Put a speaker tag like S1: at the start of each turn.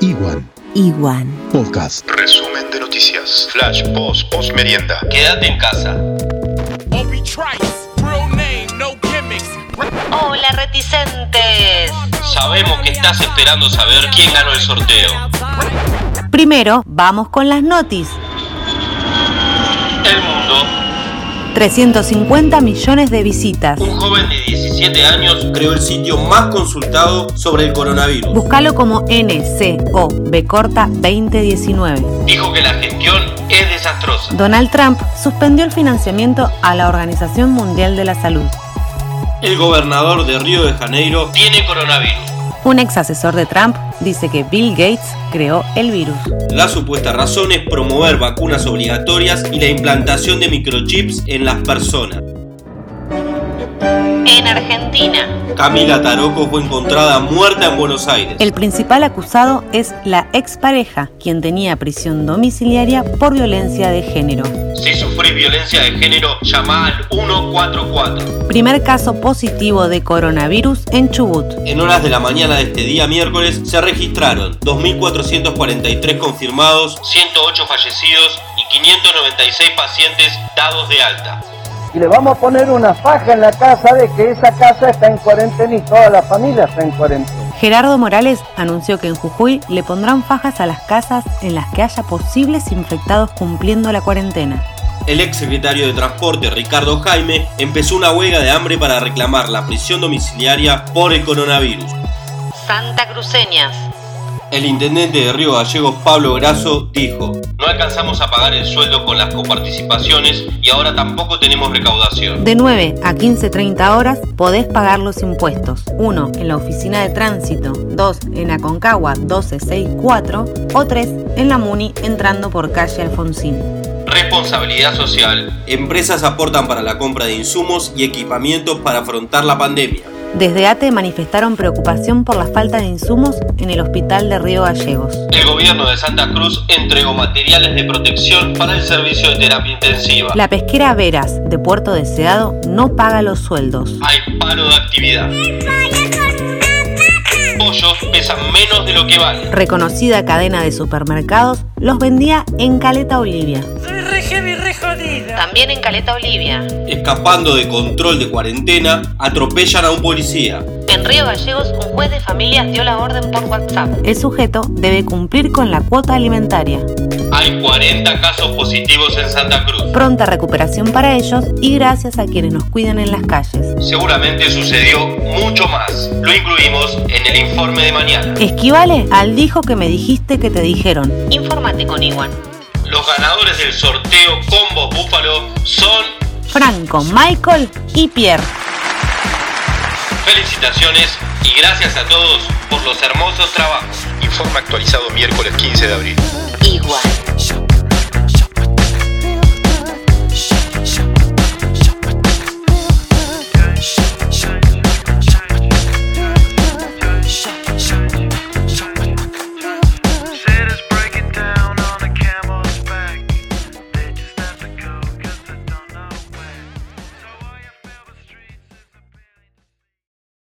S1: Iguan.
S2: Iguan.
S1: Podcast.
S3: Resumen de noticias. Flash, post, post merienda.
S4: Quédate en casa.
S5: Obi Trice, real name, no gimmicks.
S6: Hola reticentes.
S4: Sabemos que estás esperando saber quién ganó el sorteo.
S2: Primero, vamos con las notis.
S4: El mundo,
S2: 350 millones de visitas.
S4: un joven de 17 años creó el sitio más consultado sobre el coronavirus.
S2: Búscalo como NCOB corta 2019.
S4: Dijo que la gestión es desastrosa.
S2: Donald Trump suspendió el financiamiento a la Organización Mundial de la Salud.
S4: El gobernador de Río de Janeiro tiene coronavirus.
S2: Un ex asesor de Trump dice que Bill Gates creó el virus.
S4: La supuesta razón es promover vacunas obligatorias y la implantación de microchips en las personas.
S6: En Argentina.
S4: Camila Taroco fue encontrada muerta en Buenos Aires.
S2: El principal acusado es la expareja, quien tenía prisión domiciliaria por violencia de género.
S4: Si sufrís violencia de género, llama al 144.
S2: Primer caso positivo de coronavirus en Chubut.
S4: En horas de la mañana de este día miércoles se registraron 2.443 confirmados, 108 fallecidos y 596 pacientes dados de alta.
S7: y le vamos a poner una faja en la casa de que esa casa está en cuarentena y toda la familia está en cuarentena.
S2: Gerardo Morales anunció que en Jujuy le pondrán fajas a las casas en las que haya posibles infectados cumpliendo la cuarentena.
S4: El ex secretario de Transporte Ricardo Jaime empezó una huelga de hambre para reclamar la prisión domiciliaria por el coronavirus.
S6: Santa Cruceñas.
S4: El intendente de Río Gallegos, Pablo Grasso, dijo: No alcanzamos a pagar el sueldo con las coparticipaciones y ahora tampoco tenemos recaudación.
S2: De 9 a 15.30 horas podés pagar los impuestos. 1 en la oficina de tránsito, 2 en Aconcagua 1264 o 3 en la Muni entrando por calle Alfonsín.
S4: Responsabilidad social. Empresas aportan para la compra de insumos y equipamientos para afrontar la pandemia.
S2: Desde ATE manifestaron preocupación por la falta de insumos en el hospital de Río Gallegos.
S4: El gobierno de Santa Cruz entregó materiales de protección para el servicio de terapia intensiva.
S2: La pesquera Veras de Puerto Deseado no paga los sueldos.
S4: Hay paro de actividad. Pollos pesan menos de lo que valen.
S2: reconocida cadena de supermercados, los vendía en Caleta Olivia.
S6: También en Caleta Olivia.
S4: Escapando de control de cuarentena, atropellan a un policía.
S6: En Río Gallegos, un juez de familias dio la orden por WhatsApp.
S2: El sujeto debe cumplir con la cuota alimentaria.
S4: Hay 40 casos positivos en Santa Cruz.
S2: Pronta recuperación para ellos y gracias a quienes nos cuidan en las calles.
S4: Seguramente sucedió mucho más. Lo incluimos en el informe de mañana.
S2: Esquivale al dijo que me dijiste que te dijeron.
S6: Infórmate con Iguan.
S4: Los ganadores del sorteo Combo Búfalo son
S2: Franco, Michael y Pierre.
S4: felicitaciones y gracias a todos por los hermosos trabajos.
S3: Informe actualizado miércoles 15 de abril.
S6: Iguan.